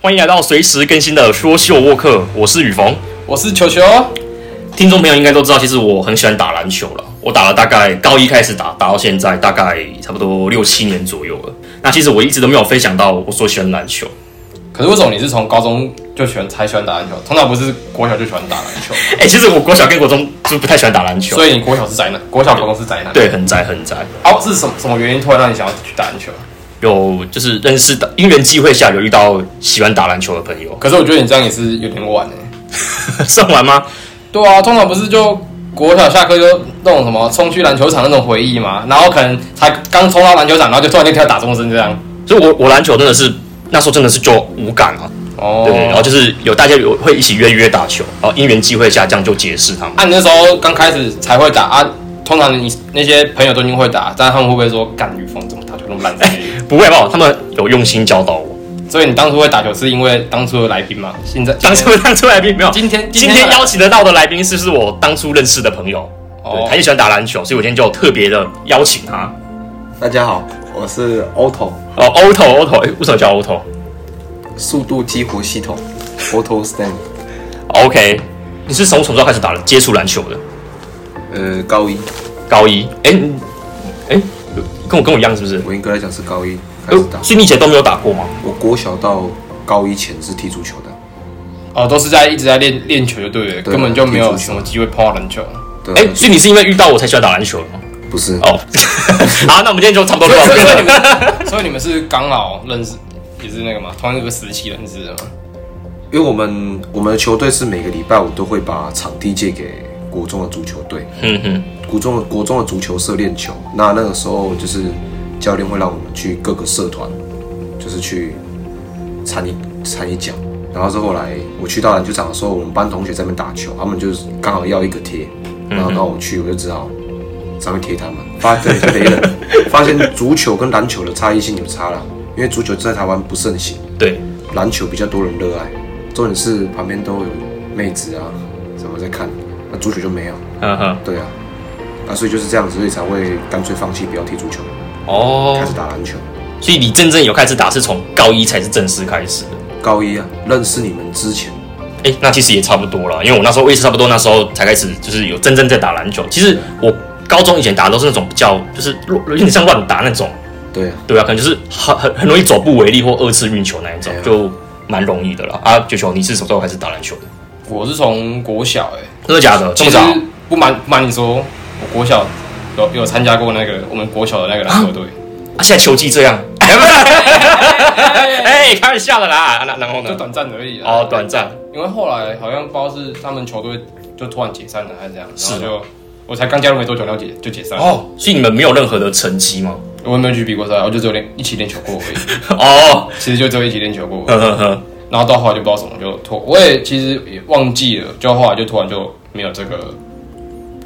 欢迎来到随时更新的说秀沃克，我是雨逢。我是球球，听众朋友应该都知道，其实我很喜欢打篮球了。我打了大概高一开始打，打到现在大概差不多六七年左右了。那其实我一直都没有分享到我所喜欢的篮球， 可是为什么你是从高中就喜欢才喜欢打篮球？通常不是国小就喜欢打篮球，哎、其实我国小跟国中就不太喜欢打篮球，所以你国小是宅男，国小国中是宅男。，对，很宅很宅。哦，是什么什么原因突然让你想要去打篮球？有就是认识的因缘机会下有遇到喜欢打篮球的朋 友，可是我觉得你这样也是有点晚哎。算完吗？对啊，通常不是就国小下课就那种什么冲去篮球场那种回忆嘛，然后可能才刚冲到篮球场，然后就突然就跳打中身这样。所以我我篮球真的是那时候真的是就无感啊，哦对，然后就是有大家有会一起约约打球，然后因缘机会下这样就结识他们。啊，你那时候刚开始才会打啊，通常你那些朋友都已经会打，但他们会不会说干雨风怎么打球那么烂之类的？不会吧？他们有用心教导我。所以你当初会打球是因为当初的来宾吗？现在当初当初来宾没有，今天今天邀请得到的来宾是是我当初认识的朋友，对，哦他也喜欢打篮球，所以我今天就特别的邀请他。大家好，我是 Auto 哦，Otto Otto，诶为什么叫 Otto？速度激活系统 Auto Stand， OK，你是从什么时候开始打了接触篮球的？呃，高一，高一？哎、你哎、跟我跟我一样是不是？我应该来讲是高一开始打呃，所以你以前都没有打过吗？我国小到高一前是踢足球的，哦，都是在一直在练练球就对啊了，对根本就没有什么机会碰到篮球。对啊，哎、所以你是因为遇到我才喜欢打篮球的吗？不是 哦，好，那我们今天就差不多到这所以边了所以你。 们， 所以你们是刚好认识，也是那个嘛，同一个时期认识的嘛。因为我们我们的球队是每个礼拜我都会把场地借给国中的足球队，嗯哼，国中的国中的足球社练球，那那个时候就是教练会让我们去各个社团，就是去参与参与讲。然后是后来我去到篮球场的时候，我们班同学在那边打球，他们就是刚好要一个贴，然后让我去，我就只好上面贴他们，嗯发现就没了，发现足球跟篮球的差异性有差了，因为足球在台湾不盛行， 对，篮球比较多人热爱，重点是旁边都有妹子啊什么在看，那足球就没有。嗯哼，对啊，啊，所以就是这样子，所以才会干脆放弃不要踢足球，哦开，始打篮球。所以你真正有开始打是从高一才是正式开始的。高一啊，认识你们之前，哎、那其实也差不多了，因为我那时候我也是差不多那时候才开始，就是有真正在打篮球。其实我高中以前打的都是那种比较，就是乱有点像乱打那种，对啊，对啊，可能就是很很很容易走步为例或二次运球那一种对，啊就蛮容易的了。啊，九球，你是什么时候开始打篮球的？我是从国小哎、真的假的？这其么实早？不瞒不瞒你说，我国小有有参加过那个我们国小的那个篮球队，啊，现在球技这样？ 哎、开玩笑的啦。啊那然后就呢？短暂而已啦。哦，短暂。因为后来好像不知道是他们球队就突然解散了还是怎样，然是后就我才刚加入没多久，然后解就解散了。哦，所以你们没有任何的成绩吗？我也没有去比过赛，我就只有练一起练球过而已。哦，其实就只有一起练球过，呵呵呵，然后到后来就不知道什么就突，我也其实也忘记了，就后来就突然就没有这个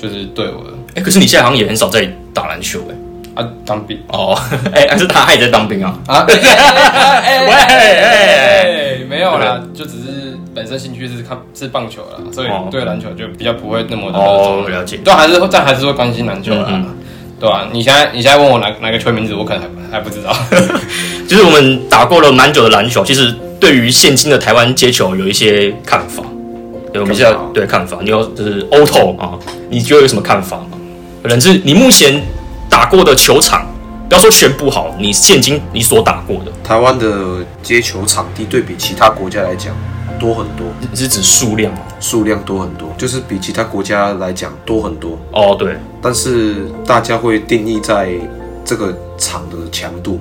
就是队伍了哎、可是你现在好像也很少在打篮球哎、啊，当兵哦， 哎、还是他他也在当兵啊？ 啊，哎哎哎喂哎没有啦，就只是本身兴趣是看是棒球啦，所以哦对篮球就比较不会那么的热哦，衷，了解。对，还是会但还是会关心篮球啦嗯。对啊，你现在你现在问我哪哪个球名字，我可能还还不知道。就是我们打过了蛮久的篮球，其实对于现今的台湾街球有一些看法。对，我们现在看法对看法，你有就是 Otto 啊，你觉得有什么看法吗？可能是你目前打过的球场，不要说全部好，你现今你所打过的，台湾的接球场地对比其他国家来讲多很多，你是指数量吗？数量多很多，就是比其他国家来讲多很多。哦，对，但是大家会定义在这个场的强度，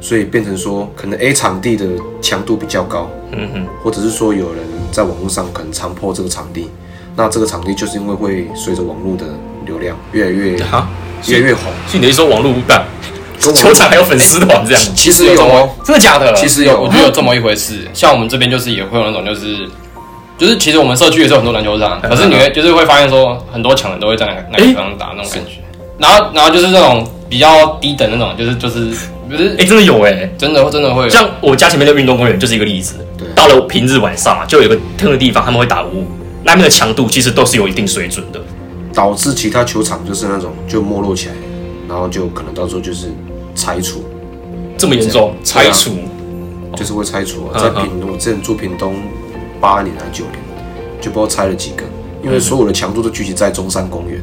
所以变成说，可能 A 场地的强度比较高，嗯哼，或者是说有人在网络上可能强迫这个场地，那这个场地就是因为会随着网络的流量越来越啊，越来越红，所以你的意思说网络版跟我球场还有粉丝团这样？其实有 哦，真的假的？其实我有觉，得有这么一回事。像我们这边就是也会有那种就是。就是其实我们社区也是有很多篮球场，可是你会就是会发现说很多强人都会在那个那个地方打那种感觉，然后然后就是那种比较低等那种，就是就是不是哎，真的有哎、真的真的会有像我家前面的运动公园就是一个例子。对到了平日晚上啊，就有一个特定的地方，他们会打五五，那边的强度其实都是有一定水准的。导致其他球场就是那种就没落起来，然后就可能到时候就是拆除，这么严重，对拆啊除就是会拆除啊。嗯在屏东，我之前住屏东八年还九年，就不知道拆了几个，因为所有的强度都聚集在中山公园，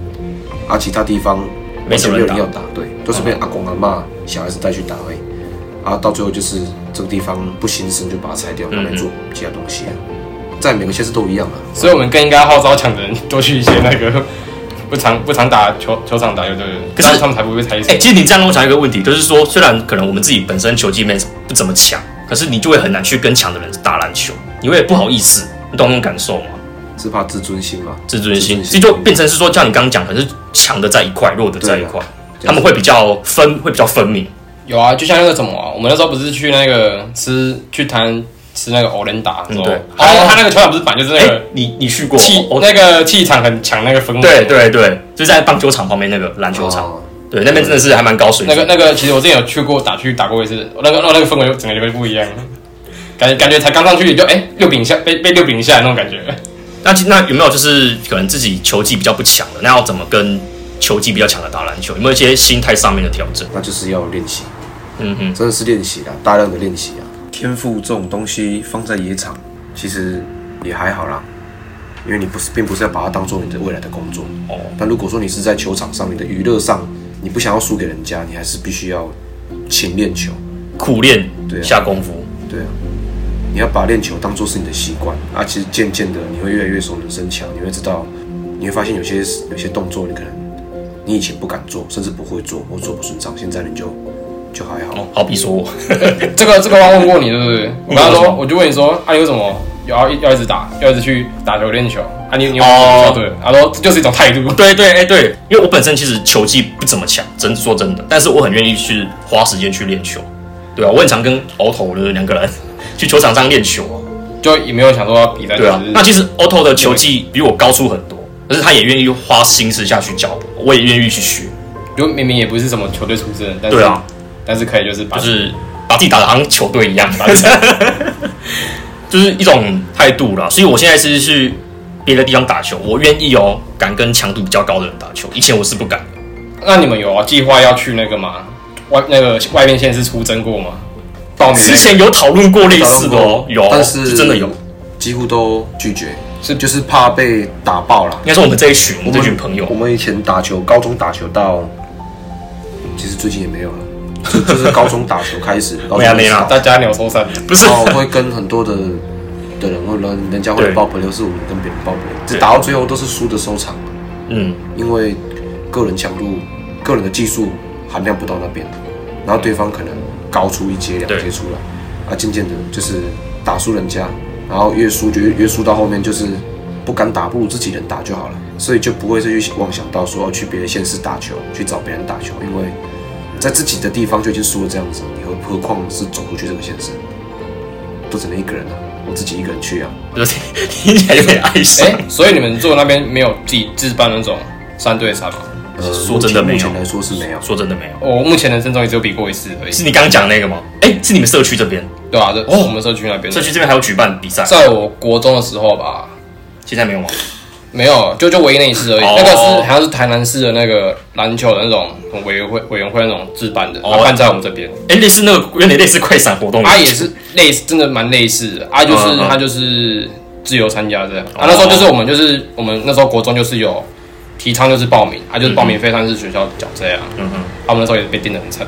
啊，其他地方没完什全么没人有打人要打，对，都是被阿公阿妈、小孩子带去打而已。啊，到最后就是这个地方不兴盛，就把它拆嗯掉，拿来做其他东西啊。在每个县市都一样啊，所以我们更应该号召抢的人多去一些那个不常不常打球球场打球的人，可这是样他们才不会被拆哎、散。其实你这样跟我讲一个问题，就是说，虽然可能我们自己本身球技没不怎么强，可是你就会很难去跟强的人打篮球，你会不好意思，你懂那种感受吗？是怕自尊心嘛，自尊心，所以就变成是说，像你刚刚讲的，可是强的在一块，弱的在一块，对啊他们会比较分，会比较分明。有啊，就像那个什么、啊，我们那时候不是去那个吃去谈吃那个欧伦达，嗯对他那个哦他那个球场不是板就是哎、那啊个你你去过？气哦那个气场很强那个氛围，对对对，就在棒球场旁边那个篮球场，哦对，那边真的是还蛮高水那准。个那个，其实我之前有去过打去打过一次，那个那那个氛围就整个就会不一样，感觉感觉才刚上去就哎、六饼下被被六饼下来那种感觉。那其那有没有就是可能自己球技比较不强的，那要怎么跟球技比较强的打篮球？有没有一些心态上面的调整？那就是要练习。嗯嗯，真的是练习啦，大量的练习啊。天赋这种东西放在野场，其实也还好啦，因为你不是并不是要把它当做你的未来的工作哦。但如果说你是在球场上，你的娱乐上，你不想要输给人家，你还是必须要勤练球。苦练对啊下功夫，对啊，你要把练球当做是你的习惯啊。其实渐渐的，你会越来越熟能生巧，你会知道，你会发现有些有些动作你可能你以前不敢做，甚至不会做，或做不顺畅，现在你就就还好。哦好比说我， 这个这个我问过你对不对？我跟他问我什说，么我就问你说，啊，你为什么要要一直打，要一直去打球练球？啊你，你有哦哦，对，他说这就是一种态度。 对对，哎、对，因为我本身其实球技不怎么强，真说真的，但是我很愿意去花时间去练球，对啊，我很常跟鳌头的两个人 去球场上练球啊，就也没有想说要比赛，对啊只是，那其实 Otto 的球技比我高出很多，可是他也愿意花心思下去教我，我也愿意去学，就明明也不是什么球队出身，但是对啊，但是可以就是把就是把自己打得好像球队一样， 就是一种态度啦。所以我现在是去别的地方打球，我愿意哦，敢跟强度比较高的人打球，以前我是不敢的。那你们有啊计划要去那个吗？外那个外面县市出征过吗？报名那之个前有讨论过类似的哦，有，但是真的有。几乎都拒绝，是就是怕被打爆了应。该说我们这一群，我们这群朋我友，们以前打球，高中打球到，其实最近也没有了，就就是高中打球开始，高 中没啊没啊大家鸟兽散，不是然哦后会跟很多的的人会人人家会对爆朋友，是我们跟别人爆朋友，只对打到最后都是输的收场， 嗯，因为个人强度、个人的技术含量不到那边，然后对方可能高出一阶、两对阶出来，啊，渐渐的就是打输人家，然后越输就越越输到后面就是不敢打，不如自己人打就好了，所以就不会再去妄想到说要去别的县市打球，去找别人打球，因为在自己的地方就已经输了这样子，你何何况是走出去这个县市，都只能一个人啊，我自己一个人去啊，就是听起来有点哀伤 哎、。所以你们做那边没有自己自办那种三对三吗？呃，说真的目没有前目前来说是没有。说真的没有，我目前人生中也只有比过一次而已，是你刚刚讲那个吗？哎，是你们社区这边，对啊，这我们社区那边的哦社，区这边还有举办比赛，在我国中的时候吧，现在没有吗？没有，就就唯一那一次而已。哦那个是好像是台南市的那个篮球的那种委员会委员会那种自办的，哦然后办在我们这边。哎，类似那个有点类似快闪活动，啊，也是类似，真的蛮类似的。啊，就是嗯嗯哦他就是自由参加这样。啊，那时候就是我们就是我们那时候国中就是有提倡就是报名，啊，就是报名嗯费但是学校缴这样。嗯嗯。啊，我们那时候也被盯得很惨。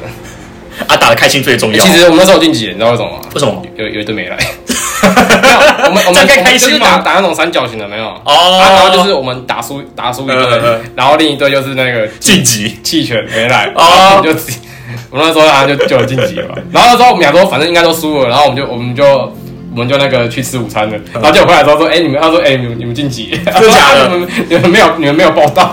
啊，打得开心最重要。其实我们那时候晋级，你知道为什么吗？为什么？有有一队没来。没有我们我这样 们该我们开心就是吗打打那种三角形的没有？哦哦然后就是我们打输打输一嗯嗯队，然后另一队就是那个晋级，弃权没 来，哦然后我们就自己，我们那时候啊就就有晋级 了，然后那时候我们俩都反正应该都输了，然后我们就我们就我们就那个去吃午餐了，然后就回来之后说，哎、你们，他说，哎、你们你们晋级，嗯真的假的 你们你们没有你们没有报 道，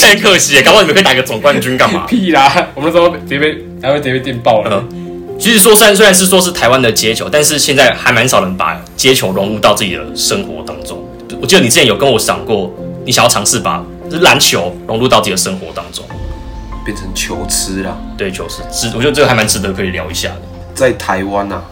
太可惜了，搞不好你们可以打个总冠军干嘛？屁啦，我们那时候直接被还会直接被电爆了，其实说虽然虽然是说是台湾的街球，但是现在还蛮少人把街球融入到自己的生活当中。我记得你之前有跟我讲过，你想要尝试把篮球融入到自己的生活当中。变成球痴啦。对，球是值，我觉得这个还蛮值得可以聊一下的。在台湾啊，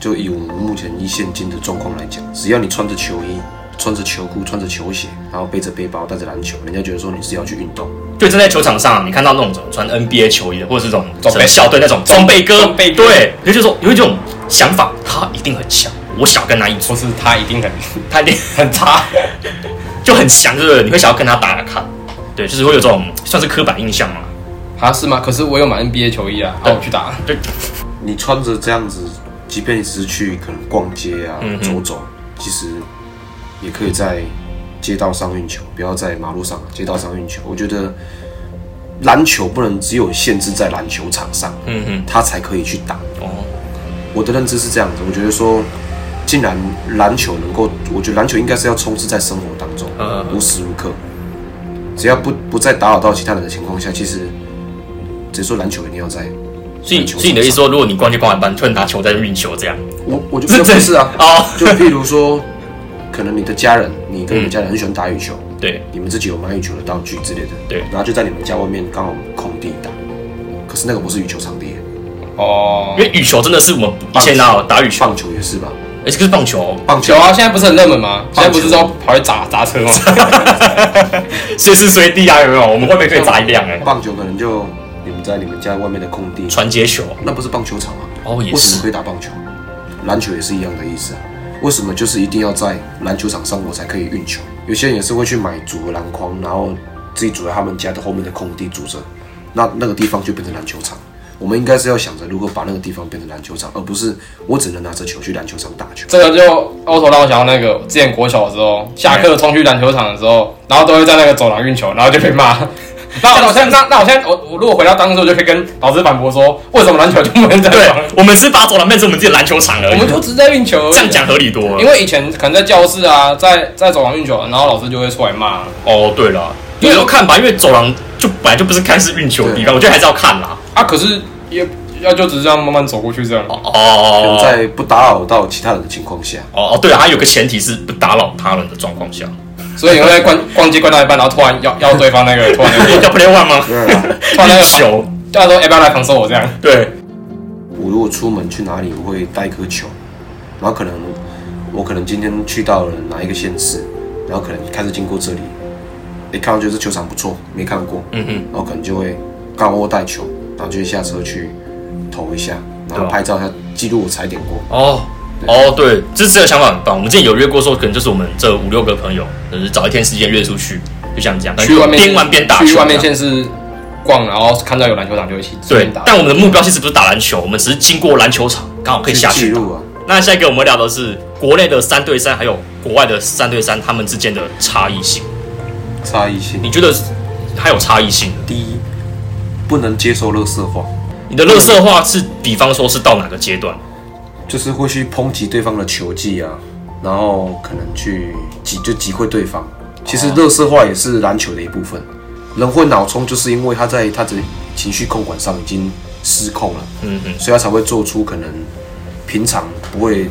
就以我们目前一现今的状况来讲，只要你穿着球衣，穿着球裤、穿着球鞋，然后背着背包、带着篮球，人家觉得说你是要去运动。对，正在球场上，你看到那种什么穿 NBA 球衣的，或者是这种装备什么校队那种装备哥，装备哥对，你就觉得说有一种想法，他一定很强，我想要跟他一组，不是他一定很他一定很差，就很强，就是你会想要跟他打打看，对，就是会有这种算是刻板印象嘛，啊是吗？可是我有买 NBA 球衣啊，啊我去打，对，你穿着这样子，即便你只是去可能逛街啊、嗯哼走走，其实也可以在街道上运球，不要在马路上、街道上运球。我觉得篮球不能只有限制在篮球场上，嗯哼，它才可以去打。哦，我的认知是这样子，我觉得说，既然篮球能够，我觉得篮球应该是要充斥在生活当中，嗯无时无刻，只要不不再打扰到其他人的情况下，其实只是说篮球一定要在。所以球所以你的意思说，如果你逛街逛完班，突然拿球在那运球这样，我我 就这不这是啊，哦， 就譬如说，可能你的家人，你跟你嗯的家人很喜欢打羽球，对，你们自己有买羽球的道具之类的，对然后就在你们家外面刚好空地打，可是那个不是羽球场地，哦因，为羽球真的是我们以前哪有打羽球，棒球也是吧？而且是棒球，棒球球啊，现在不是很热门吗？现棒在不球是说跑去砸砸车吗？ 随时随地啊，有没有？我们外面可以砸一辆哎，棒球可能就你们在你们家外面的空地，传接球，那不是棒球场啊？哦也为什么是，可以打棒球？篮球也是一样的意思啊。为什么就是一定要在篮球场上我才可以运球？有些人也是会去买组合篮筐，然后自己组在他们家的后面的空地组着，那那个地方就变成篮球场。我们应该是要想着如何把那个地方变成篮球场，而不是我只能拿着球去篮球场打球。这个就欧头让我想到那个之前国小的时候，下课冲去篮球场的时候，然后都会在那个走廊运球，然后就被 骂。那我现在那那我现在我我如果回到当初，我就可以跟老师反驳说，为什么篮球就不能这对样？，我们是把走廊变成我们自己的篮球场而我已们，就只是在运球而已啊，这样讲合理多因了。为以前可能在教室啊，在在走廊运球，然后老师就会出来骂。哦，对了，有时候看吧，因为走廊就本来就不是开始运球的地方，我觉得还是要看啦。啊，可是也要就只是这样慢慢走过去这样。哦，在不打扰到其他人的情况下，哦，对了，它有个前提是不打扰他人的状况 下，所以你会在逛逛街逛到一半，然后突然要要对方 那个，突然那个，要 play one 吗？对啊，突然那个运球，叫他说要不要来防守我这样。对，我如果出门去哪里，我会带一颗球，然后可能我可能今天去到了哪一个县市，然后可能开始经过这里，诶，看到觉得这球场不错，没看过，嗯哼，然后可能就会刚好我带球，然后就会下车去投一下，然啊后拍照一下记录我踩点过。哦。哦，对，这次的想法很棒。我们之前有约过说，可能就是我们这五六个朋友，就是找一天时间约出去，就像这样，去外面边玩边打球，去外面先是逛，然后看到有篮球场就一起随对便打。。但我们的目标其实不是打篮球，我们只是经过篮球场，刚好可以下记去打录啊，那下一个我们聊的是国内的三对三，还有国外的三对三，他们之间的差异性。差异性。你觉得还有差异性的？第一，不能接受垃圾话，你的乐色化是，比方说是到哪个阶段？就是会去抨击对方的球技啊，然后可能去击就击溃对方。其哦实热色化也是篮球的一部分，人会脑冲，就是因为他在他的情绪控管上已经失控了，嗯嗯所以他才会做出可能平常不会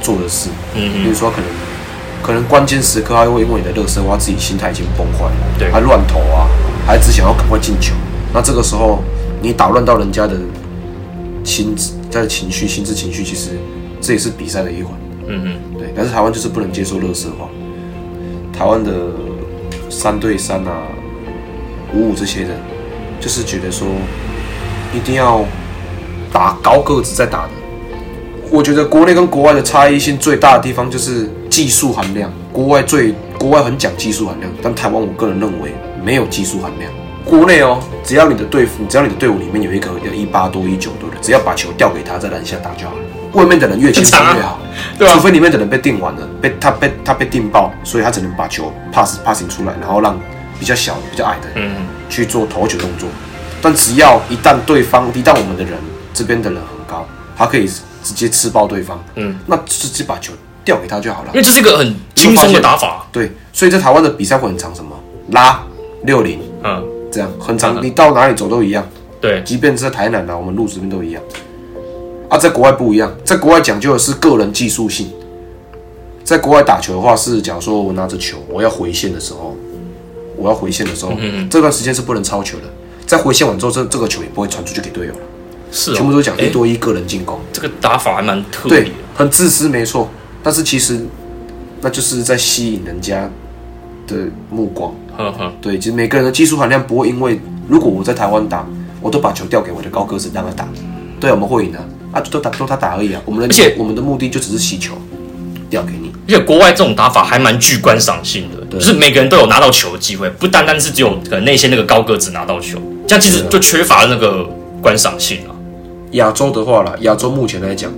做的事。比嗯如说可能可能关键时刻，他会因为你的热身，他自己心态已经崩坏了，对还乱投啊，还只想要赶快进球。那这个时候你打乱到人家的心智，他的情绪、心智情绪，其实这也是比赛的一环。嗯嗯对，但是台湾就是不能接受热身化。台湾的三对三啊、五五这些人，就是觉得说一定要打高个子再打的。我觉得国内跟国外的差异性最大的地方就是技术含量，国外最国外很讲技术含量，但台湾我个人认为没有技术含量。国内哦，只要你的队服，只要你的队伍里面有一个有一八多一九多的，只要把球调给他，在篮下打就好了。外面的人越轻松越好， 对啊除非里面的人被定完了，被他被他被定爆，所以他只能把球 pass passing 出来，然后让比较小、比较矮的人嗯去做投球动作。但只要一旦对方，一旦我们的人这边的人很高，他可以直接吃爆对方，嗯，那直接把球调给他就好了因。为这是一个很轻松的打法。对，所以在台湾的比赛会很长，什么拉六零嗯，这样很长，你到哪里走都一样，对，即便是在台南啊，我们路这边都一样。啊，在国外不一样，在国外讲究的是个人技术性。在国外打球的话，是假如说我拿着球，我要回线的时候，我要回线的时嗯候，这段时间是不能超球的。在回线完之后，这这个球也不会传出去给队友了，是、哦，全部都讲一诶对一个人进攻。这个打法还蛮特别对的。，很自私没错，但是其实那就是在吸引人家的目光。哼哼，对，其实每个人的技术含量不会因为，如果我在台湾打，我都把球调给我的高个子让他打，对啊，我们会赢啊，啊，都打都他打而已啊。我们的而且我们的目的就只是洗球，调给你。而且国外这种打法还蛮具观赏性的，就是每个人都有拿到球的机会，不单单是只有可能那些那个高个子拿到球，这样其啊实就缺乏那个观赏性啊。亚洲的话啦，亚洲目前来讲，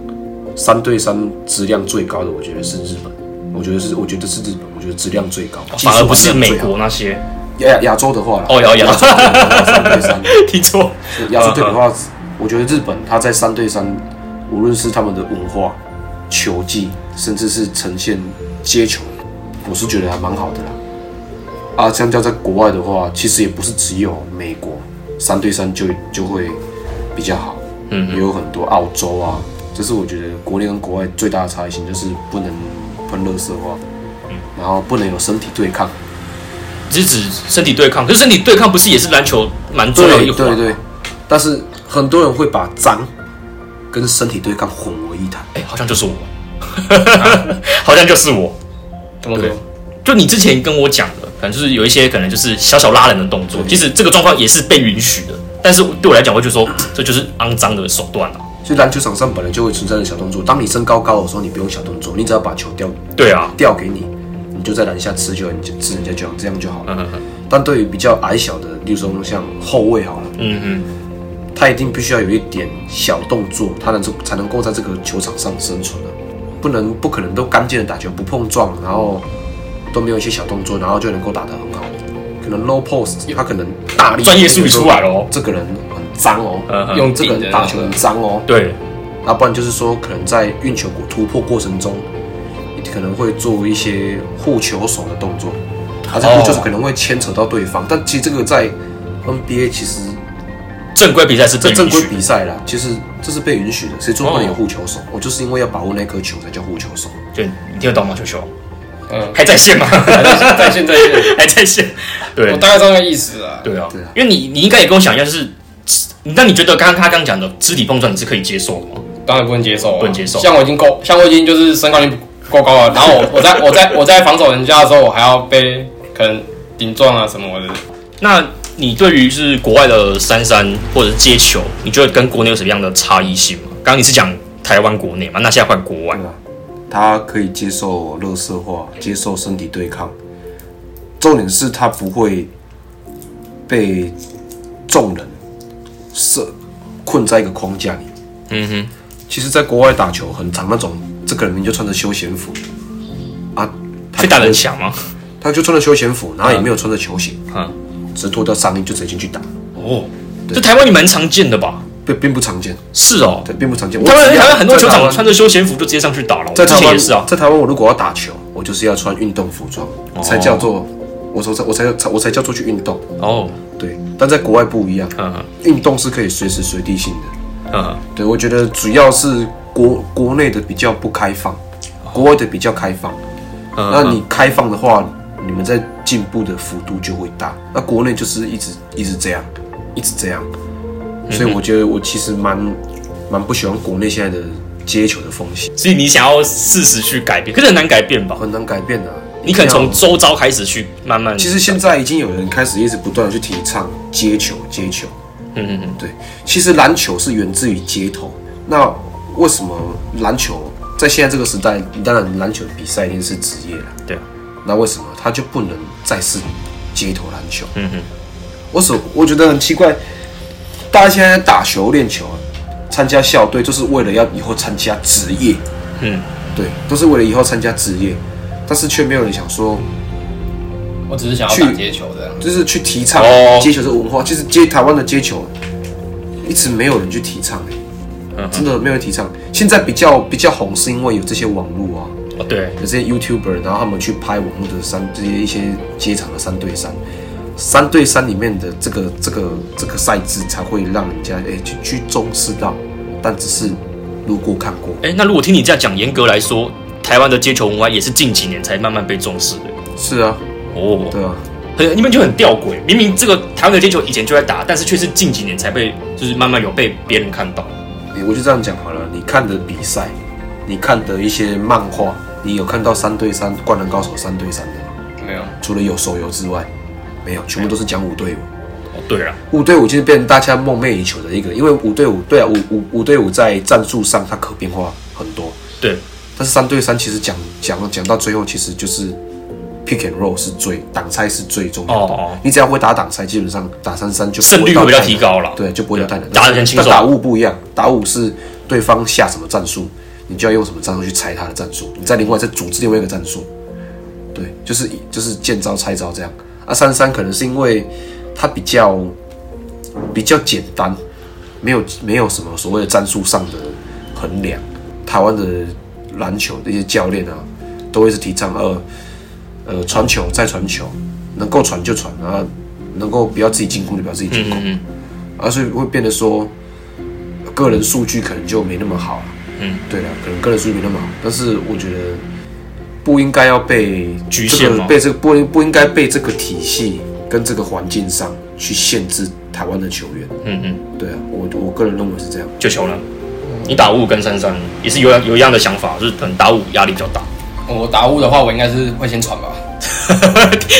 三对三质量最高的，我觉得是日本，我觉得是，我觉得是日本，我觉得质量最高，技术哦反而不含是量最美好国那些，亚亚洲的话啦，哦亚亚洲的话三对三。听错，亚洲队的话，我觉得日本他在三对三，无论是他们的文化、球技，甚至是呈现接球，我是觉得还蛮好的啦。啊，相较在国外的话，其实也不是只有美国三对三就就会比较好，嗯，也有很多澳洲啊，这是我觉得国内跟国外最大的差异性，就是不能喷热色化，然后不能有身体对抗，是指身体对抗，可是身体对抗不是也是篮球蛮重要的对一环对？对，但是很多人会把脏跟身体对抗混为一谈。哎、好像就是我， 好像就是我。怎么对说？就你之前跟我讲的，可能就是有一些可能就是小小拉人的动作，其实这个状况也是被允许的，但是对我来讲，我就 说这就是肮脏的手段啊。就篮球场上本来就会存在的小动作，当你身高高的时候，你不用小动作，你只要把球吊对啊，吊给你，你就在篮下持球，你就吃人家球，这样就好了。嗯嗯嗯但对于比较矮小的，例如说像后卫好了，嗯嗯，他一定必须要有一点小动作，他能才能够在这个球场上生存的，不能不可能都干净的打球，不碰撞，然后都没有一些小动作，然后就能够打得很好。可能 low post，他可能大力专业术语出来了哦这个人很脏哦，嗯嗯用这个人打球很脏哦，对，那不然就是说可能在运球过突破过程中，你可能会做一些护球手的动作，啊，这哦个就是可能会牵扯到对方，但其实这个在 NBA 其实正规比赛是被这正允规许的比。赛啦，其实这是被允许的，谁做不能有哦护球手？我就是因为要把握那颗球才叫护球手。就你听得懂吗，球球？嗯， 还在线吗？在线在 线，还在线？ 我对大概知道那个意思啊。对啊对啊，因为你你应该也跟我想一样，就是那你觉得刚刚他刚讲的肢体碰撞你是可以接受的吗？当然不能接受、啊，不能接受像我已经够，像我已经就是身高已经够高了，然后 我我在我在我在防守人家的时候，我还要被可能顶撞啊什么的。那你对于是国外的三三或者是接球，你觉得跟国内有什么样的差异性吗？刚刚你是讲台湾国内嘛，那现在换国外对，吧？他可以接受热色化，接受身体对抗，重点是他不会被众人设困在一个框架里。嗯哼，其实，在国外打球很常那种，这个人就穿着休闲服啊，他去打人墙吗？他就穿着休闲服，然后也没有穿着球鞋，嗯，只脱掉上衣就直接进去打，哦，这台湾也蛮常见的吧？并并不常见，是哦，对，并不常见。台我湾只要台湾很多在球台场湾穿着休闲服就直接上去打了，我在之台前湾也是啊，在台湾，我如果要打球，我就是要穿运动服装，才叫做我才我才我才叫做去运动。哦，对，但在国外不一样，嗯哼运动是可以随时随地性的。嗯哼，对，我觉得主要是国国内的比较不开放，国外的比较开放。哦嗯那你开放的话，你们在进步的幅度就会大。那国内就是一直一直这样，一直这样。嗯所以我觉得我其实蛮蛮不喜欢国内现在的接球的风气，所以你想要适时去改变，可是很难改变吧？很难改变的、啊。你可能一定要从周遭开始去慢慢，其实现在已经有人开始一直不断的去提倡接球，接球。嗯嗯嗯，对，其实篮球是源自于街头。那为什么篮球在现在这个时代，当然篮球比赛一定是职业了，对啊，那为什么它就不能再是街头篮球？嗯哼，我所我觉得很奇怪，大家现在打球练球，啊参加校队就是为了要以后参加职业，嗯，对，都是为了以后参加职业，但是却没有人想说我只是想要打接球这样。就是去提倡哦接球这个文化，其实接台湾的接球一直没有人去提倡、欸嗯哼真的没有人提倡。现在比较比较红，是因为有这些网络啊，哦对，有这些 YouTuber，然后他们去拍网络的三这些一些街场的三对三，三对三里面的这个这个这个赛制才会让人家哎、欸去去重视到，但只是路过看过，哎，那如果听你这样讲，严格来说，台湾的接球文化也是近几年才慢慢被重视的。是啊，哦，对啊，很你们就很吊诡，明明这个台湾的接球以前就在打，但是却是近几年才被就是慢慢有被别人看到。欸我就这样讲好了，你看的比赛，你看的一些漫画，你有看到三对三灌篮高手三对三的吗？没有，除了有手游之外，没有，全部都是讲五对五。哦，对了，五对五其实变大家梦寐以求的一个，因为五对五，对啊，五五五对五在战术上它可变化很多，对，但是三对三其实讲讲讲到最后，其实就是 pick and roll 是最挡拆是最重要的。哦哦你只要会打挡拆，基本上打三三就不胜率会比较到太难提高了对，就不会到太难。啊打得很轻松但打五不一样，打五是对方下什么战术，你就要用什么战术去拆他的战术，你再另外再组织另外一个战术。对，就是就是见招拆招这样。啊，三三可能是因为它比较比较简单，没有没有什么所谓的战术上的衡量。台湾的篮球的一些教练啊，都会是提倡呃呃传球再传球，能够传就传啊，能够不要自己进攻就不要自己进嗯攻，啊，所以会变得说个人数据可能就没那么好、啊嗯，对了，可能个人数据没那么好，但是我觉得不应该要被局这限个吗被这个不应不应该被这个体系跟这个环境上去限制台湾的球员。嗯嗯，对啊，我我个人认为是这样。就球呢，你打五五跟三三也是有有一样的想法，就是可能打五压力比较大， 我打雾的话，我应该是会先传吧。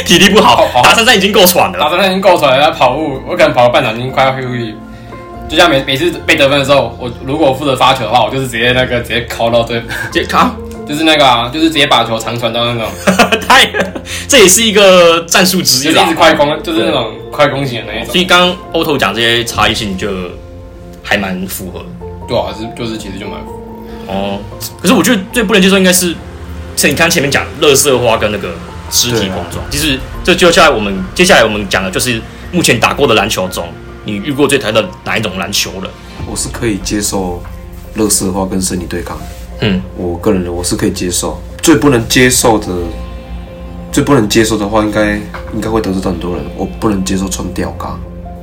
体力不好好，好打三三已经够喘打了，三已经够出来，然后哎跑步，我可能跑了半场已经快要黑无力。就像每每次被得分的时候，我如果我负责发球的话，我就是直接那个直接敲到对， 这啊，就是那个啊，就是直接把球长传到那种， 太，这也是一个战术之就一是一直啦。快攻，就是那种快攻型的那一种所。以刚刚 Otto 讲这些差异性就还蛮符合的对啊，是就是其实就蛮哦。可是我觉得最不能接受应该是，像你刚前面讲乐色化跟那个尸体碰撞，其实这就下来我们接下来我们讲的就是目前打过的篮球中，你遇过最讨厌的哪一种篮球人？我是可以接受乐色化跟身体对抗的，嗯，我个人我是可以接受。最不能接受的，最不能接受的话应，该应该会得罪到很多人。我不能接受穿吊嘎，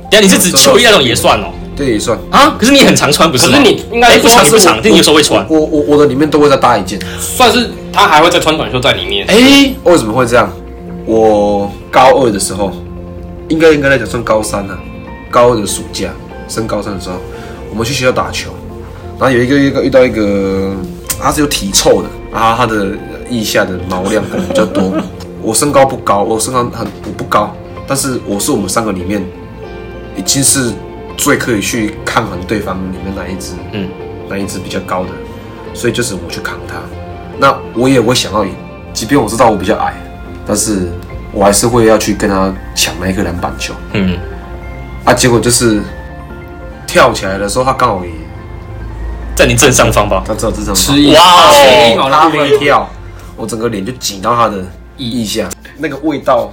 等一下你是指球衣那种也算哦对，也算。啊？可是你很常穿不是吗？可是你应该哎说不常是不常，但你有时候会穿。我我我的里面都会再搭一件。算是他还会再穿短袖在里面。哎、为什么会这样？我高二的时候，应该应该来讲算高三了、啊高二的暑假，升高三的时候，我们去学校打球，然后有一个一个遇到一个，他是有体臭的，然后他的腋下的毛量可能比较多。 我身高不高，我身高很我不高，但是我是我们三个里面已经是最可以去抗衡对方里面哪一只，嗯，哪一只比较高的，所以就是我去扛他。那我也会想要赢，即便我知道我比较矮，但是我还是会要去跟他抢那一颗篮板球嗯，啊。结果就是跳起来的时候，他刚好也在你正上方吧。他知道这张吃一哇哦吃一毛他的部没分，跳，我整个脸就挤到他的腋下，那个味道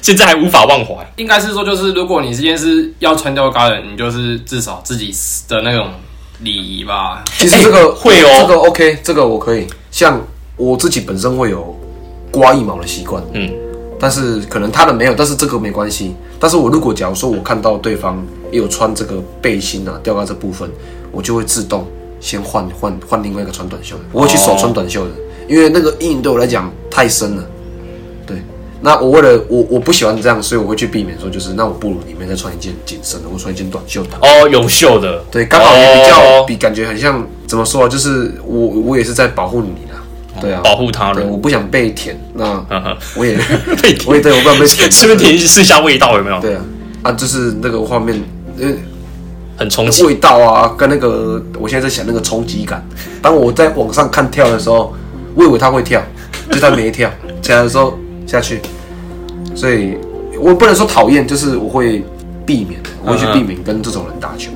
现在还无法忘怀。应该是说就是如果你今天是要穿吊嘎的，你就是至少自己的那种礼仪吧。其实这个、哎会哦这个 OK，这个我可以。像我自己本身会有刮腋毛的习惯，嗯，但是可能他的没有，但是这个没关系。但是我如果假如说我看到对方也有穿这个背心啊、吊带这部分，我就会自动先换换换另外一个穿短袖的，我会去手穿短袖的，因为那个阴影对我来讲太深了。对，那我为了我我不喜欢这样，所以我会去避免说，就是那我不如里面再穿一件紧身的，或穿一件短袖的。哦，有袖的，对，刚好也比较、哦比感觉很像怎么说啊？就是我我也是在保护你啦，对啊，哦保护他对，人。我不想被舔， 那呵呵我也被舔我也对，我不想 被舔，顺便提示一下味道有没有？对啊，啊，就是那个画面，呃，很冲击。味道啊，跟那个我现在在想那个冲击感。当我在网上看跳的时候，我以为他会跳，就他没跳，起来的时候下去，所以我不能说讨厌，就是我会避免，我会嗯去避免跟这种人打球。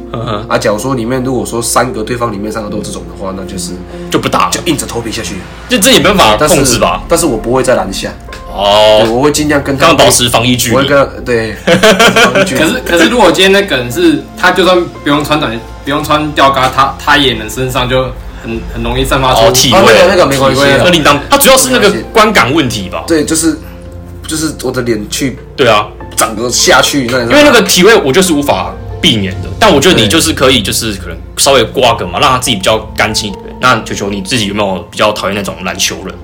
啊，假如说里面如果说三个对方里面三个都有这种的话，那就是就不打了就，硬着头皮下去。这这也没办法但是控制吧？但是我不会在篮下，对哦，我会尽量跟刚他刚保持防疫距我会离跟他 对，可啊可是可是如果今天那个人是他就算不用穿短不用穿吊嘎，他他也能身上就很很容易散发哦出体哦，那个那味，个没关系啊，那另当。它主要是那个没关系观感问题吧？对，就是就是我的脸去对啊，整个下去那，因因为那个体味我就是无法避免的，但我觉得你对就是可以，就是可能稍微刮个嘛，让他自己比较干净。那球球你自己有没有比较讨厌那种篮球人？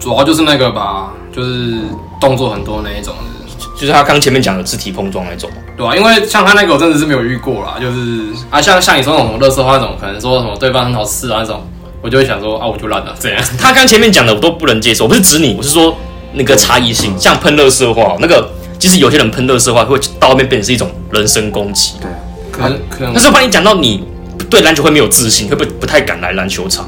主要就是那个吧，就是动作很多那一种的，就是他刚前面讲的肢体碰撞那种，对啊吧、因为像他那个我真的是没有遇过啦，就是啊，像像你说那种乐色话那种，可能说什么对方很好吃啊那种，我就会想说啊，我就烂了，这样？他刚前面讲的我都不能接受，我不是指你，我是说那个差异性，像喷热色话那个，即使有些人喷热色话会到后面变成是一种人身攻击，对啊，可能可能但，是我怕你讲到你对篮球会没有自信，会不不太敢来篮球场，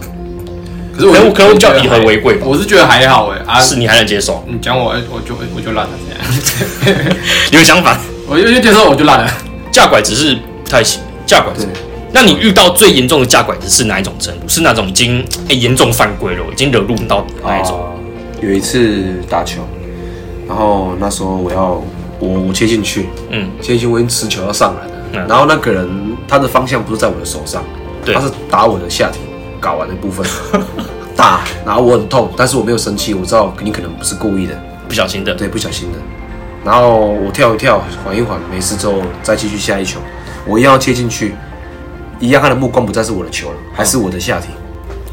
可是我可能可能我叫以和为贵吧我是觉得还好哎啊，是你还能接受？你讲我哎我就我就烂了这样。 你的想法，我就就接受我就烂了。架拐只是不太行，架拐只对是。那你遇到最严重的架拐子是哪一种程度？是那种已经哎严、重犯规了，已经惹怒到哪一种？啊有一次打球，然后那时候我要我我切进去，嗯，切进去我已经持球要上篮了，嗯然后那个人他的方向不是在我的手上，对他是打我的下体睾丸的 部分，打，然后我很痛，但是我没有生气，我知道你可能不是故意的，不小心的，对，不小心的。然后我跳一跳，缓一缓，没事之后再继续下一球，我一样要切进去，一样他的目光不再是我的球了，还是我的下体。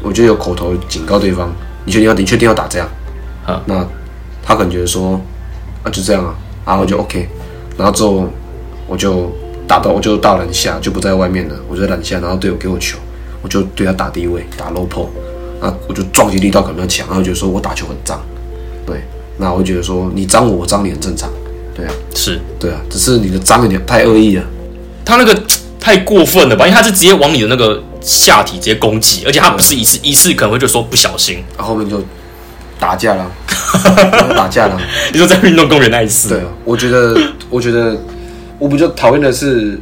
我就有口头警告对方，你确定要你确定要打这样？嗯那他可能觉得说，啊就这样啊，然后我就 OK，然后之后我就打到我就到篮下，就不在外面了，我就在篮下，然后队友给我球，我就对他打低位，打 low p o 那我就撞击力道可能比较强，然后觉得说我打球很脏，对，那我就觉得说你脏我，我脏你很正常，对啊，是对啊，只是你的脏有点太恶意了，他那个太过分了吧？因为他是直接往你的那个下体直接攻击，而且他不是一次，一次可能会就说不小心， 然后后面就打架了，然后打架了。你说在运动公园那一次，对啊，我觉得，我觉得，我比较讨厌的是，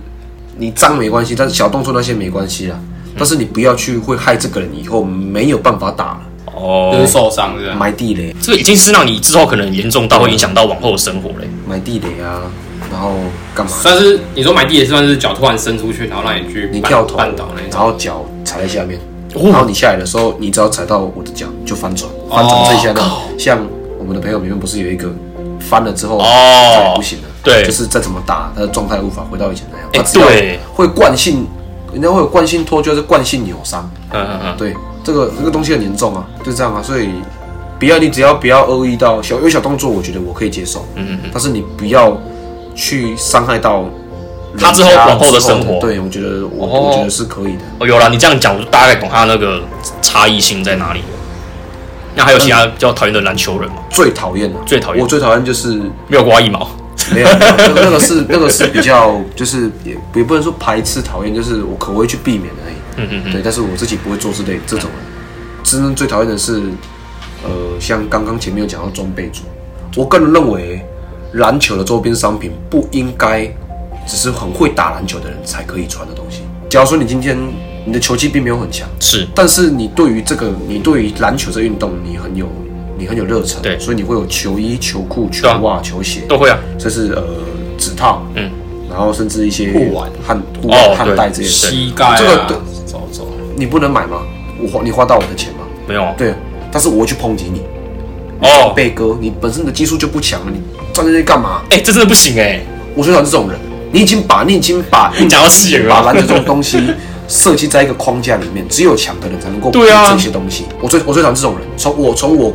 你脏没关系，但是小动作那些没关系啦。但是你不要去会害这个人以后没有办法打了，就哦是，受伤这样。埋地雷，这个已经是让你之后可能严重到会影响到往后的生活嘞。埋地雷啊，然后干嘛？算是你说埋地也算是脚突然伸出去，然后让你去你绊跳头，绊倒那一然种。后脚踩在下面，哦然后你下来的时候，你只要踩到我的脚就翻转，翻转这一下呢，哦 像我们的朋友里面不是有一个翻了之后哦再也不行了，对 就是再怎么打，他的状态无法回到以前那样，哎他只要对会惯性，人家会有惯性脱臼，是惯性扭伤，嗯嗯嗯，对，这个这个东西很严重啊，就是这样啊，所以不要你只要不要恶意到小有小动作，我觉得我可以接受，嗯嗯，但是你不要去伤害到人家他之后往后的生活对我觉得我、哦我觉得是可以的。哦有啦，你这样讲我就大概懂他那个差异性在哪里了。那还有其他比较讨厌的篮球人吗？最讨厌的，最讨厌嗯我最讨厌就是没有刮一毛， 没有，那个那个是那个是比较就是也也不能说排斥讨厌，就是我可能会去避免而已。嗯嗯对，但是我自己不会做之类这种人。嗯真正最讨厌的是，呃，像刚刚前面有讲到装备组，我个人认为篮球的周边商品不应该只是很会打篮球的人才可以穿的东西。假如说你今天你的球技并没有很强，是但是你对于这个，你对于篮球这运动，你很有，你很有热忱，对所以你会有球衣、球裤、球对啊袜、球鞋，都会啊。这是呃指套，嗯，然后甚至一些护腕汗护哦腕、汗带这对些，膝盖啊，这个对走走。你不能买吗？我花你花到我的钱吗？没有啊对，但是我会去抨击你，哦，贝哥，你本身你的技术就不强了，你站在这里干嘛？哎、这真的不行哎、我最讨厌这种人，你已经把你已经把 你讲到自己了把篮球这种东西设计在一个框架里面，只有强的人才能够对啊这些东西。我最我最讨厌这种人，从我从我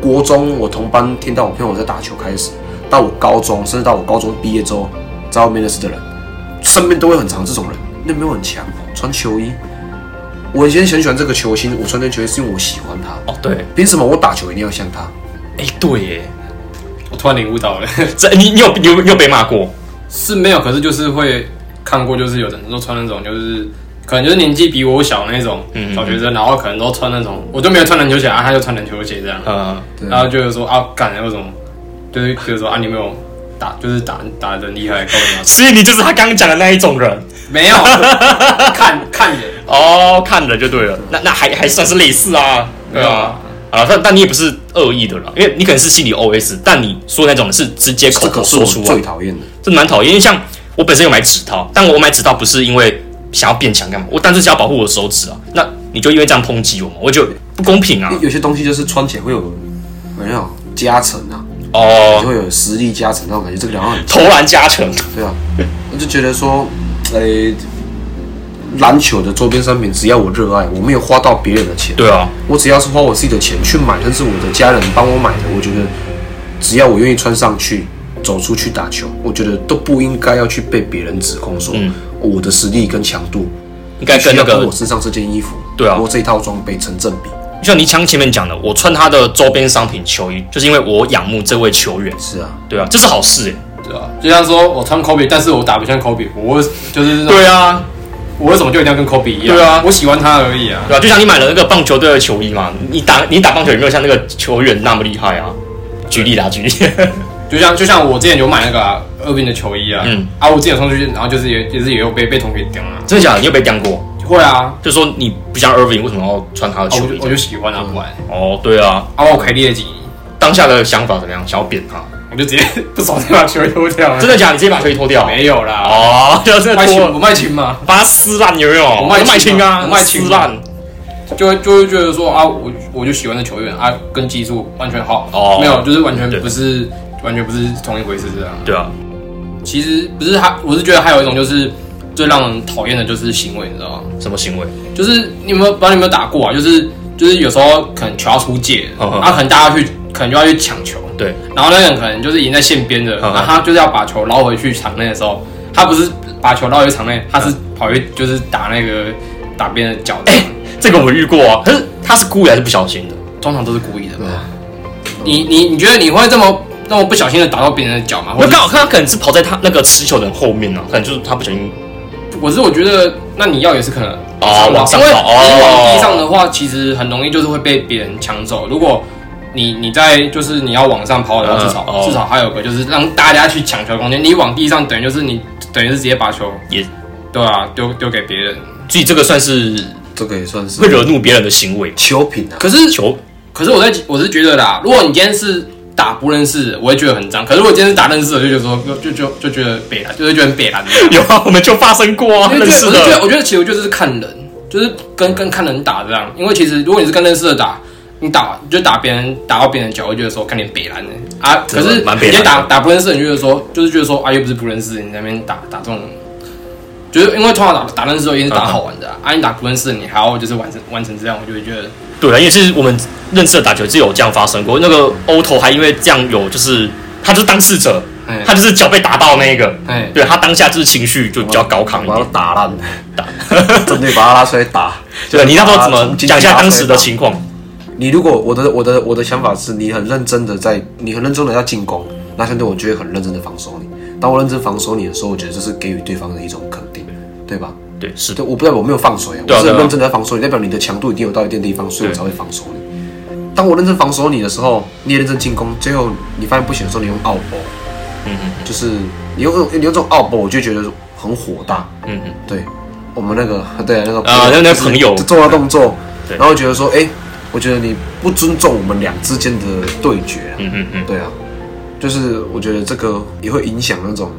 国中我同班听到我朋友在打球开始，到我高中，甚至到我高中毕业之后，在外面认识的人，身边都会很常这种人，那没有很强，穿球衣。我以前很喜欢这个球星，我穿这球衣是因为我喜欢他。哦，对，凭什么我打球一定要像他？哎、对耶，我突然领悟到了，这你你有你有你有被骂过？ 是没有，可是就是会看过，就是有的人都穿那种，就是可能就是年纪比我小那种小学生，然后可能都穿那种，我就没有穿篮球鞋啊，他就穿篮球鞋这样，呃，对然后就是说啊，干为什么？就是就是说啊，你有没有打，就是打打的厉害，告诉 我所以你就是他刚刚讲的那一种人没有，看看人，哦，看了就对了，那那还还算是类似啊，对对啊啊。好了，但但你也不是恶意的啦，因为你可能是心理 OS，但你说那种是直接口这口个是说我出最来，讨厌的。这蛮讨厌。因为像我本身有买指套，但我买指套不是因为想要变强干嘛，我单纯是要保护我的手指啊。那你就因为这样抨击我嘛，我就不公平 啊有。有些东西就是穿起来会有有那种加成啊，哦就，会有实力加成那种感觉，这个人好像很投篮加成，对啊，我就觉得说，呃、篮球的周边商品，只要我热爱，我没有花到别人的钱，对啊，我只要是花我自己的钱去买，但是我的家人帮我买的，我觉得只要我愿意穿上去。走出去打球，我觉得都不应该要去被别人指控说、嗯我的实力跟强度应该跟那需要个我身上这件衣服，对啊我这一套装备成正比。就像倪枪前面讲的，我穿他的周边商品球衣，就是因为我仰慕这位球员，是啊，对啊，这是好事哎、对啊，就像说我穿 Kobe，但是我打不像 Kobe，我为就是这种对啊，我为什么就一定要跟 Kobe 一样？对啊我喜欢他而已啊。对啊，就像你买了那个棒球队的球衣嘛，你打你打棒球有没有像那个球员那么厉害啊？举例啦， 举例，就像就像我之前有买那个啊二兵的球衣啊，嗯啊，我之前有送出去，然后就是也也是也有被被同学顶啊，真的假的？你有被刁过？会啊，就说你不像 Irving，为什么要穿他的啊我球就衣我？就喜欢啊，不然哦，对啊，啊我可以列几，当下的想法怎么样？想要扁他？我就直接不爽这把球衣脱掉了真，的假的？你直接把球衣脱掉？没有啦，哦， 就是卖脱琴了，不卖琴嘛，把它撕烂，有没有？我卖卖清清啊，啊我卖清啊撕烂。就会就会觉得说啊，我我就喜欢的球员啊，跟技术完全好，哦没有，就是完全对不是完全不是同一回事这样。对啊，其实不是还，我是觉得还有一种就是最让人讨厌的就是行为，你知道吗？什么行为？就是你有没有不知道你有没有打过啊？就是就是有时候可能球要出界了，嗯嗯然后可能大家去可能就要去抢球，对，然后那个人可能就是已经在线边的，嗯然后他就是要把球捞回去场内的时候，他不是把球捞回场内，嗯他是跑去就是打那个打别人的脚哎的，这个我遇过啊，可是他是故意还是不小心的？通常都是故意的吧对？啊你你你觉得你会这么那么不小心的打到别人的脚吗？或我者刚好看他可能是跑在他那个持球的人后面呢、啊，可能就是他不小心我是我觉得，那你要也是可能哦往上因为跑哦你往地上的话，其实很容易就是会被别人抢走。如果你你在就是你要往上跑的嗯话，至少、哦至少还有个就是让大家去抢球的空间。你往地上等于就是你等于是直接把球也，对啊丢丢给别人。所以这个算是这个也算是会惹怒别人的行为。球品啊。可是球可是我在我是觉得啦，如果你今天是打不认识的，我会觉得很脏。可是如果今天是打认识的，就觉得说就就就觉得北啦，就是觉得很北啦。怎么样有啊， 我们就发生过啊，因为认就识我就觉得，的。我觉得其实就是看人，就是跟跟看人打这样。因为其实如果你是跟认识的打，你打你就打别人打到别人脚，我就觉得说看你很北蓝的啊。可真的是蛮你北今蓝的天打打不认识的，你就觉得说就是觉得说啊又不是不认识，你在那边打打这种。就是因为通常打打认识的也是打好玩的啊，啊你打不认识的你还要就是完成完成这样，我就会觉得对啊，因为是我们认识的打球是有这样发生过。那个欧头还因为这样有就是他就是当事者，哎他就是脚被打到那一个，哎，对他当下就是情绪就比较高亢一把他点。打烂， 打，针对把他拉出来打。 对，啊你那时候怎把他么从讲一下当时的进情况？你如果我的我的我的想法是你很认真的在，你很认真的要进攻，那相对我就会很认真的防守你。当我认真防守你的时候，我觉得这是给予对方的一种肯定，对吧？对，是的，对，我不代表我没有放水、啊，对我啊是对啊很认真的在防守你，代表你的强度一定有到一定地方，所以我对才会防守你。当我认真防守你的时候，你也认真进攻，最后你发现不行的时候，你用奥博，嗯嗯就是你用你用这种奥博，我就觉得很火大。嗯嗯，对，我们那个对那个啊那那个朋友就是做了动作，对然后觉得说，哎，我觉得你不尊重我们俩之间的对决啊、嗯嗯嗯，对啊，就是我觉得这个也会影响那种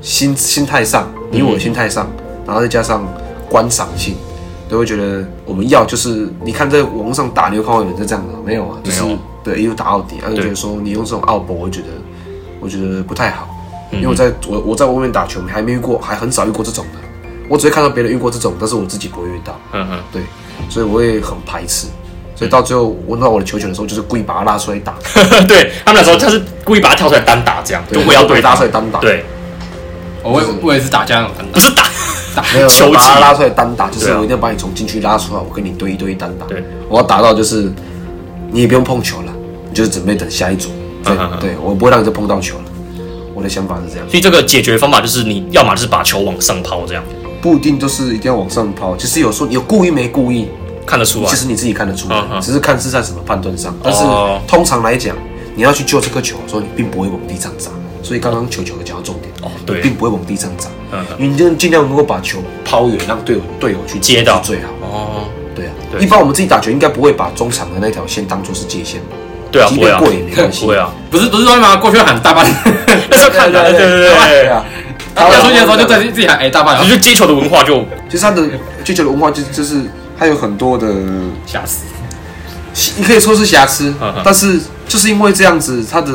心心态上，你我的心态上，嗯然后再加上观赏性。都会觉得我们要就是，你看在网络上打，你有看到有人在这样的没有啊？就是没有对，一路打到底，然啊后就对觉得说你用这种奥博，我觉得我觉得不太好，嗯因为我在我我在外面打球，还没遇过，还很少遇过这种的。我只会看到别人遇过这种，但是我自己不会遇到，嗯嗯， 对，所以我会很排斥。所以到最后我拿到我的球权的时候，就是故意把他拉出来打，对他们那时候他是故意把他跳出来单打，这样就对我要对拉出打来，单打，，对，我会我也是打架那种单打不，是打， 没有球我把他技拉出来单打，就是对啊我一定要把你从禁区拉出来，我跟你对一对一单打，对，我要打到就是你也不用碰球了，你就是准备等下一组，对嗯嗯嗯对，我不会让你再碰到球了。我的想法是这样，所以这个解决方法就是你要么就是把球往上抛，这样不一定就是一定要往上抛，其实有时候有故意没故意，看得出来其。实你自己看得出来嗯，嗯只是看是在什么判断上。但是哦通常来讲，你要去救这颗球的时候，你并不会往地上砸。所以刚刚球球的讲到重点，哦你对并不会往地上砸嗯，你就尽量能够把球抛远，让队友队友去接到是最好。哦，对啊，对一般我们自己打球应该不会把中场的那条线当做是界限吧？对啊，即不便会啊，过也没关系不会 啊。不是不是说嘛，过去喊大半， 那时候看的，对对对对对对 啊，要出去的时候就自己自己喊哎大半，然我后觉得接球的文化就就是啊他的就球的文化就就是它有很多的吓死。你可以说是瑕疵嗯嗯，但是就是因为这样子，它的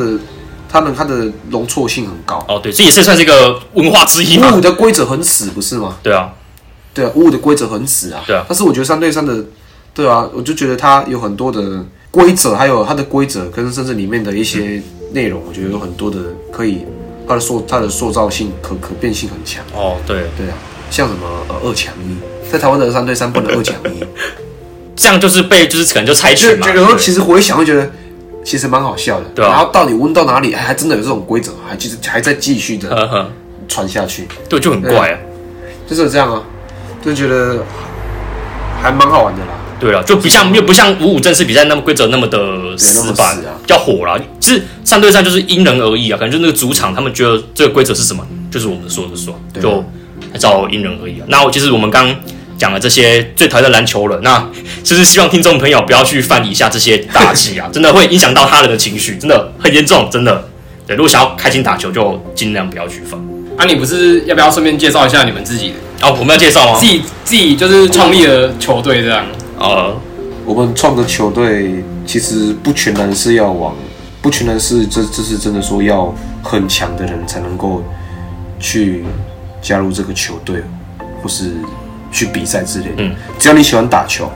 它的它的容错性很高。哦对，这也是算是一个文化之一五嘛五。的规则很死，不是吗？对啊，对啊，五五的规则很死啊。对啊但是我觉得三对三的，对啊，我就觉得它有很多的规则，还有它的规则跟甚至里面的一些内容，我觉得有很多的可以，它的塑它的塑造性可可变性很强。哦对，对啊，像什么呃二强一，在台湾的三对三不能二讲 一。这样就是被就是可能就猜就拳嘛。就有时候对其实回想会觉得，其实蛮好笑的。对啊然后到底问到哪里，哎还真的有这种规则，还继续还在继续的呵呵，传下去，对，就很怪啊。就是有这样啊，就觉得还蛮好玩的啦。对了，就不像又不像五五正式比赛那么规则那么的死板对那么死啊，要火啦。其实三对三就是因人而异啊，可能就那个主场他们觉得这个规则是什么，就是我们说的算，对啊就还照因人而异啊。那我其实我们刚讲了这些最讨厌的篮球了，那 就是希望听众朋友不要去犯以下这些大忌啊，真 的会影响到他人的情绪，真的很严重，真的。对，如果想要开心打球，就尽量不要去犯。啊，你不是要不要顺便介绍一下你们自己的哦，我们要介绍吗自？己自己就是创立了球队这样？呃，我们创的球队其实不全然是要往，不全然是这这是真的说要很强的人才能够去加入这个球队，或是去比赛之类的。嗯只要你喜欢打球，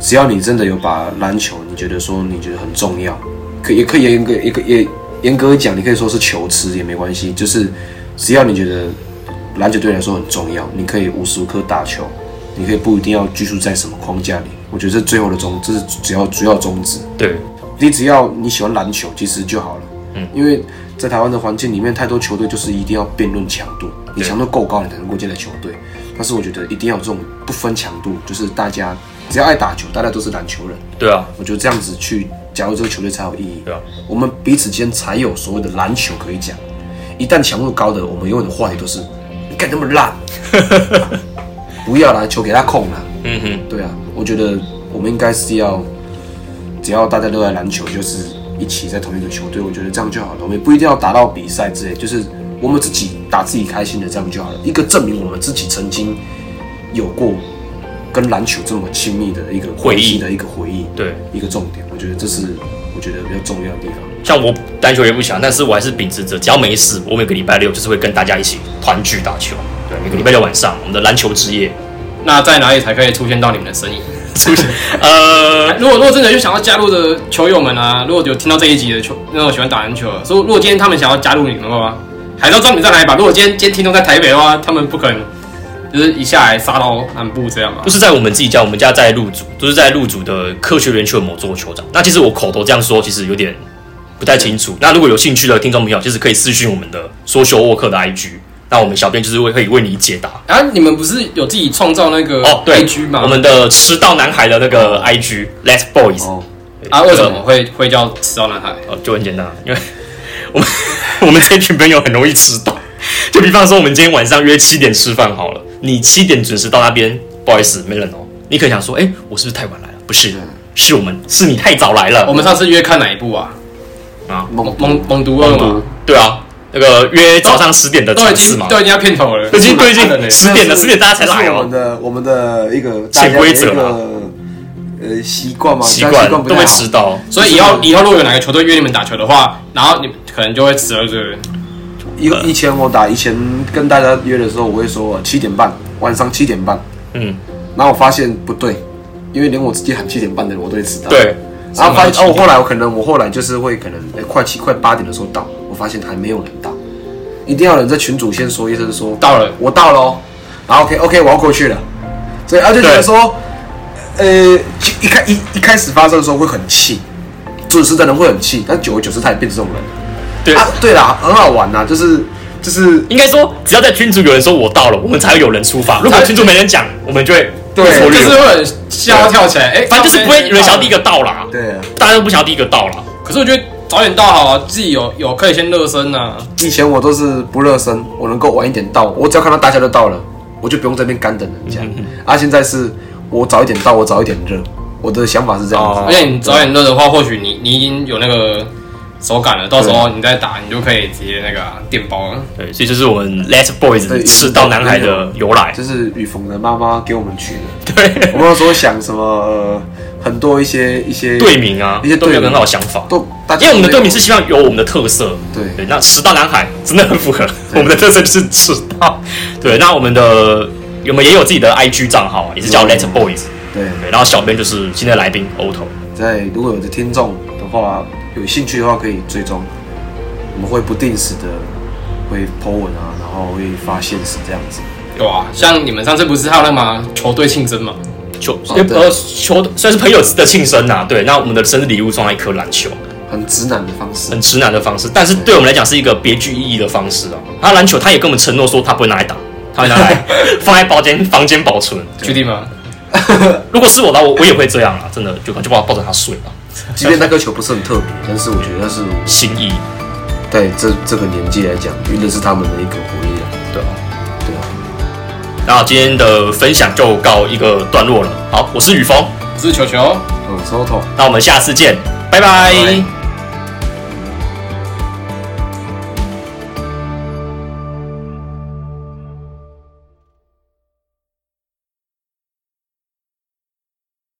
只要你真的有把篮球，你觉得说你觉得很重要，可也可以严格也可也严格讲，你可以说是球痴也没关系，就是只要你觉得篮球对你来说很重要，你可以无时无刻打球，你可以不一定要拘束在什么框架里。我觉得这最后的宗，这是主要主要宗旨。对，你只要你喜欢篮球，其实就好了。嗯，因为在台湾的环境里面，太多球队就是一定要辩论强度，你对强度够高，你才能够进来球队。但是我觉得一定要有这种不分强度，就是大家只要爱打球，大家都是篮球人。对啊，我觉得这样子去加入这个球队才有意义。对啊我们彼此间才有所谓的篮球可以讲。一旦强度高的，我们永远的话题都是你干那么 烂，不要啦，球给他控啦。嗯哼。对啊，我觉得我们应该是要，只要大家热爱篮球，就是一起在同一个球队，我觉得这样就好了。我们也不一定要打到比赛之类，就是我们自己打自己开心的，这样就好了。一个证明我们自己曾经有过跟篮球这么亲密的一个回忆关系的一个回忆，对，一个重点。我觉得这是我觉得比较重要的地方。像我篮球也不强，但是我还是秉持着，只要没事，我每个礼拜六就是会跟大家一起团聚打球。对，每个礼拜六晚上，我们的篮球之夜，那在哪里才可以出现到你们的身影？呃，如果如果真的就想要加入的球友们啊，如果有听到这一集的球，那种喜欢打篮球的，所以如果今天他们想要加入你们的话，还是要知道你们在哪里吧。如果今天今天听众在台北的话，他们不可能就是一下来杀到南部这样吧不。是在我们自己家，我们家在入组，就是在入组的科学园区的某座球场。那其实我口头这样说，其实有点不太清楚。那如果有兴趣的听众朋友，其实可以私讯我们的说修沃克的 IG，那我们小编就是会可以为你解答。然后、啊你们不是有自己创造那个哦，对 IG 吗？我们的迟到男孩的那个 IG Let's Boys，哦，啊，为什么会会叫迟到男孩？哦，就很简单，因为我们我们这群朋友很容易迟到。就比方说，我们今天晚上约七点吃饭好了，你七点准时到那边，不好意思，没人哦。你可能想说，哎、我是不是太晚来了？不是，是我们是你太早来了。我们上次约看哪一部啊？啊，猛猛猛毒二嘛，对啊，那个约早上十点的都场已次经嘛，都已经要片头了，都已经都已蛮暗经的呢十点了，十点大家才来这是我们哦。的我们的一个潜规则大家啦的一个呃啊习惯嘛，习大家惯不都太会好迟到，所以以后以后如果有哪个球队约你们打球的话，然后你们可能就会迟到，对不对？以以前我打以前跟大家约的时候，我会说七点半，晚上七点半。嗯，然后我发现不对，因为连我自己喊七点半的人我都会迟到。。对，然后发现是吗哦，我后来我可能我后来就是会可能、哎快七快八点的时候到，我发现还没有人到，一定要有人在群主先说一声说到了我到了、哦，然后 OK OK 我要过去了，所以他啊就觉得说，呃，一开一一开始发生的时候会很气，准时的人会很气，但久而久之他也变成这种人。对，啊，对啦，很好玩呐，就是就是应该说，只要在群组有人说我到了，我们才会有人出发。如果群组没人讲，我们就会对会错就略是会有人吓到跳起来，哎、反正就是不会有人想要第一个到啦，对啊。大家都不想要第一个到啦。可是我觉得早点到好啊，自己有有可以先热身呐、啊。以前我都是不热身，我能够晚一点到，我只要看到大家都到了，我就不用在那边干等人家。啊，现在是我早一点到，我早一点热，我的想法是这样子。哦而且你早点热的话，或许你你已经有那个手感了，到时候你再打，你就可以直接那个啊、电包了。对，所以就是我们 Let Boys 对迟到男孩的由来这。是雨逢的妈妈给我们取的。 对，我们那时候想什么，呃、很多一些一些队名啊一些，都没队有名很好的想法。都，大家因为我们的队都没有名是希望有我们的特色，对对，那迟到男孩真的很符合我们的特色，就是迟到。对，那我们的我们也有自己的 IG 账号啊，也是叫有 Let Boys。对，对，然后小编就是今天的来宾 Otto。在如果有的听众的话有兴趣的话，可以追踪，我们会不定时的会 po 文啊，然后会发现实这样子。对啊，像你们上次不是还有那嘛球队庆生嘛？球哦对呃球虽然是朋友的庆生呐、啊对，那我们的生日礼物送了一颗篮球，很直男的方式很。直男的方式，但是对我们来讲是一个别具意义的方式啊。他篮球他也跟我们承诺说他不会拿来打，他会拿 来放在包间房间保存。确定吗？如果是我的话，我我也会这样啊，真的就就把抱着他睡吧，即便那颗球不是很特别， 但是我觉得那是心意在这这个年纪来讲，真的是他们的一个回忆啊。对吧、对啊，然后今天的分享就告一个段落了。好，我是雨峰，我是球球。哦嗯，收头。那我们下次见，拜拜拜